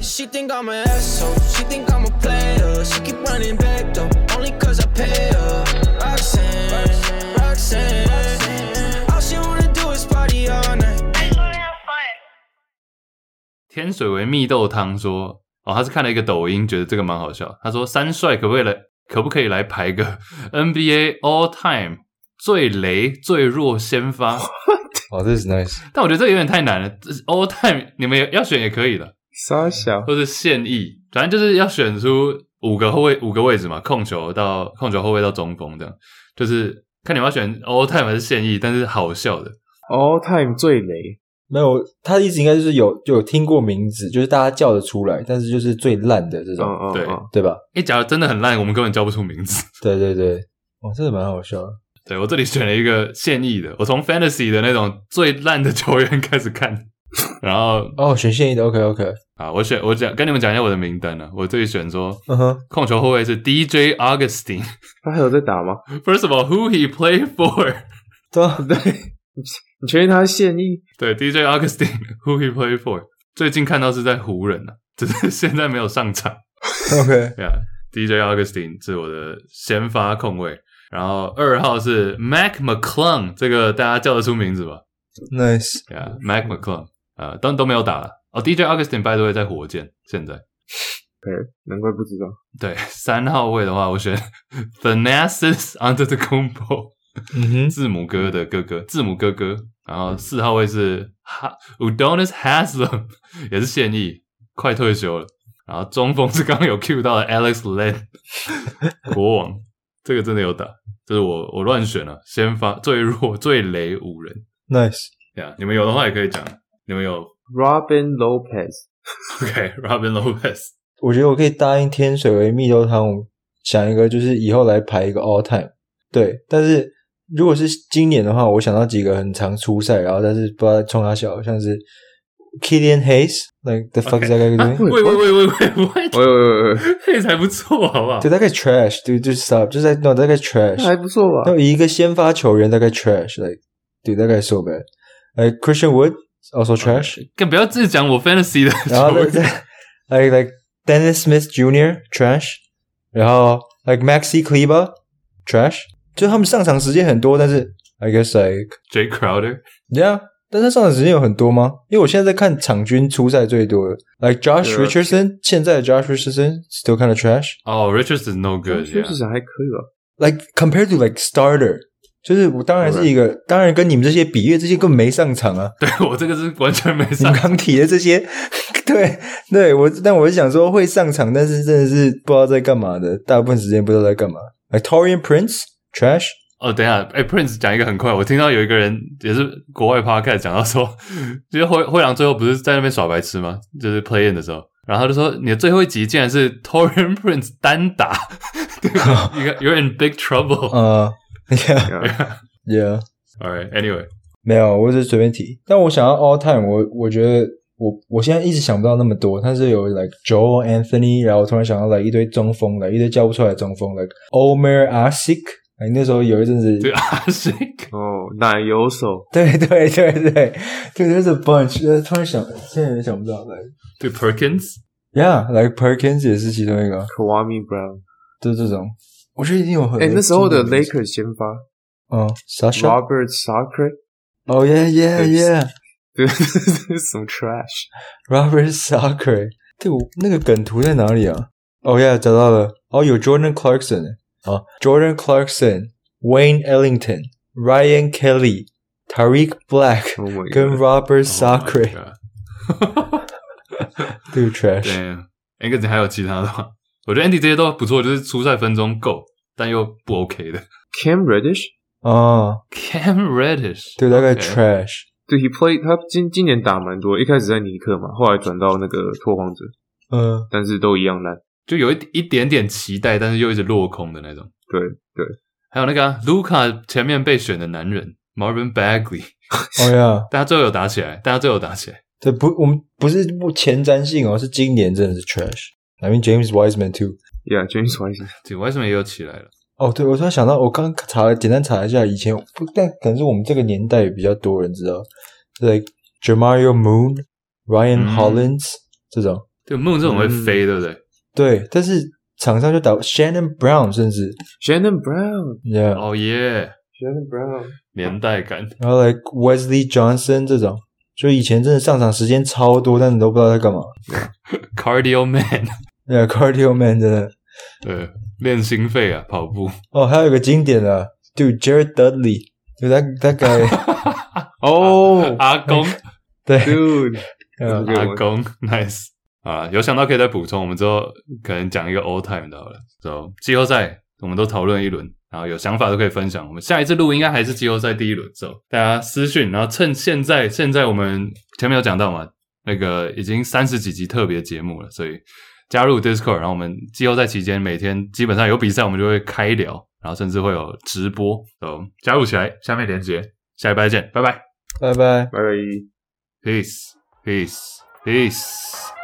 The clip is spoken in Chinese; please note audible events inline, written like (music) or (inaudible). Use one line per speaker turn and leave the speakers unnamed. she think I'm an asshole. She think I'm a player. She keep running back though, only cause I pay her. Roxanne, Roxanne. All she wanna do is party all night.
天水围蜜豆汤说，哦，他是看了一个抖音，觉得这个蛮好笑。他说，三帅可不可以来，可不可以来排个 (laughs) NBA All Time 最雷最弱先发？
哦，this is nice。
但我觉得这有点太难了。这是 All Time 你们也要选也可以的，
傻小，
或是现役，反正就是要选出五个后卫五个位置嘛，控球到控球后卫到中锋这样，就是看你们要选 All Time 还是现役，但是好笑的。
All time 最雷，
没有，他的意思应该就是有有听过名字，就是大家叫得出来，但是就是最烂的这
嗯
种，
嗯
对
嗯，
对吧？
诶，假如真的很烂，我们根本叫不出名字。
对对对，哇，真的蛮好笑的。
对我这里选了一个现役的，我从 Fantasy 的那种最烂的球员开始看，然后
哦，选现役的，OK OK，
啊，我选我讲跟你们讲一下我的名单呢、啊我这里选说
嗯哼，
控球后卫是 DJ Augustine。 (laughs)
他还有在打吗？
First of all, who he played for？ (laughs)
对啊，
对，你确定他是现役？
对，DJ Augustine (laughs) who he played for？最 (laughs) 近看到是在湖人呢、啊，只是 (laughs) 现在没有上场。
OK，
对啊，DJ Augustine 是我的先发控卫，然后二号是 Mac McClung，这个大家叫得出名字吧？
Nice，
Yeah, Mac McClung，呃，都都没有打了。哦，DJ Augustin by the way 在火箭现在。
难怪不知道。
对，三号位的话，我选 (laughs) Thanasis Under the Combo， (laughs)
嗯哼，
字母哥的哥哥，字母哥哥。然后四号位是哈 Udonis Haslam，也 (laughs) 是现役，快退休了。然后中锋是刚刚有 Q 到的 Alex Len，国王，这个真的有打，这是我我乱选了，先发最弱最雷五人。
，Nice，
呀、你们有的话也可以讲，你们有 (laughs)
Robin Lopez，
OK，Robin、Lopez。
我觉得我可以答应天水围蜜豆汤，我想一个就是以后来排一个 all time，对，但是如果是今年的话，我想到几个很常出赛，然后但是不知道冲他笑，像是 Killian Hayes，like the fuck is that guy doing？
喂喂喂喂喂喂，
喂喂喂喂，
这才不错，好不好
对，？大概 trash，对，就是 stop，就是在 no，大概 trash，
那还不错吧
那以一个先发球员大概 trash，like，对，大概 so bad。呃，Christian Wood also trash，、
更不要自己讲我 fantasy 的
然后
球
再
(laughs) 员。
(laughs) 再哎 like like Dennis Smith Jr. trash，然后 like Maxi Kleber trash，就他们上场时间很多，但是 I guess like
J Crowder，
yeah，但是上场时间有很多吗？因为我现在在看场均出赛最多的，like Josh
对啊
Richardson，现在的 Josh Richardson still kind of trash。
哦、r i c h a r d s o n no good，
确
yeah、
实啊还可以吧。
like compared to like starter，就是我当然是一个当然跟你们这些比，因为这些根本没上场啊。
(laughs) 对我这个是完全没
你
上
们，刚提的这些， (laughs) 对对，我但我是想说会上场，但是真的是不知道在干嘛的，大部分时间不知道在干嘛。like Torian Prince trash，
哦，等一下，哎，Prince 讲一个很快，我听到有一个人也是国外 podcast 讲到 (laughs) 说，就是灰灰狼最后不是在那边耍白痴吗？就是 play in 的时候，然后他就说你的最后一集竟然是 Torian Prince 单 (laughs) 打，对吧？一个 You're in big (laughs) trouble。
呃，yeah (laughs)
Yeah.
yeah，
All right, anyway，
没有，我只是随便提。但我想要 all time，我我觉得。我我现在一直想不到那么多，但是有 like Joel Anthony，然后突然想到来一堆中锋，来一堆叫不出来的中锋，like Omer Asik，哎，那时候有一阵子
对阿信，
哦，奶油手，
(laughs) 对对对对，对，there's a bunch，呃突然想，现在也想不到来。
对 Perkins，
Yeah，来 Perkins 也是其中一个，
k a w a m i Brown。
就这种，我觉得一定有很。
哎，那时候的
真
Lakers 先发
嗯，Sasha，
Robert Sacre， (laughs)
哦 yeah yeah
对
yeah，Robert
对，这是什么 trash？
Sacre，对，我那个梗图在哪里啊？哦 yeah，找到了，哦有 Jordan Clarkson，啊，Jordan Clarkson，Wayne Ellington，Ryan Kelly，Tariq Black，
Oh my
跟
God
Robert
Sacre，
Sacre，对 trash，
对，Angus 你还有其他的吗？我觉得 Andy 这些都不错，就是出赛分钟够，但又不 OK 的。
Cam Reddish，
啊，
Cam Reddish，
对，大概
OK
trash。
对，He play 他今今年打蛮多，一开始在尼克嘛，后来转到那个拓荒者，
嗯，
但是都一样烂。
(laughs) 就有一一点点期待，但是又一直落空的那种。
对，
还有那个、啊、Luca 前面被选的男人 Marvin Bagley，
哦呀，
大家最后有打起来，大家最后有打起来。
这不，我们不是不前瞻性哦，是今年真的是 trash。I mean James Wiseman too。
Yeah，James Wiseman，
对，为什么也有起来了？
哦，对，我突然想到，我刚查了，简单查一下，以前不，但可能是我们这个年代也比较多人知道，like Jamario Moon、Ryan
嗯
Hollins、这种。
对，梦这种会飞，对不对？
对，但是场上就打 Shannon Brown，甚至
Shannon Brown，Shannon
，yeah，、
哦耶，
Brown，
年代感。
然后 like Wesley Johnson 这种，就以前真的上场时间超多，但你都不知道在干嘛。
Cardio Man，
Yeah，cardio man 真的。
对，练心肺啊，跑步。
哦，还有一个经典的，Dude Jared Dudley，就他他改
哦
阿公，
对，
(laughs) ，Dude，
呃
对
阿公，nice (laughs) 啊！有想到可以再补充，我们之后可能讲一个 all time 的好了。so, 季后赛我们都讨论一轮，然后有想法都可以分享。我们下一次录应该还是季后赛第一轮，so 大家私讯，然后趁现在，现在我们前面有讲到嘛，那个已经三十几集特别节目了，所以加入 Discord，然后我们季后赛期间每天基本上有比赛，我们就会开聊，然后甚至会有直播，so 加入起来，下面连接，下礼拜见，拜拜
拜拜。
拜拜。
，peace，peace，peace。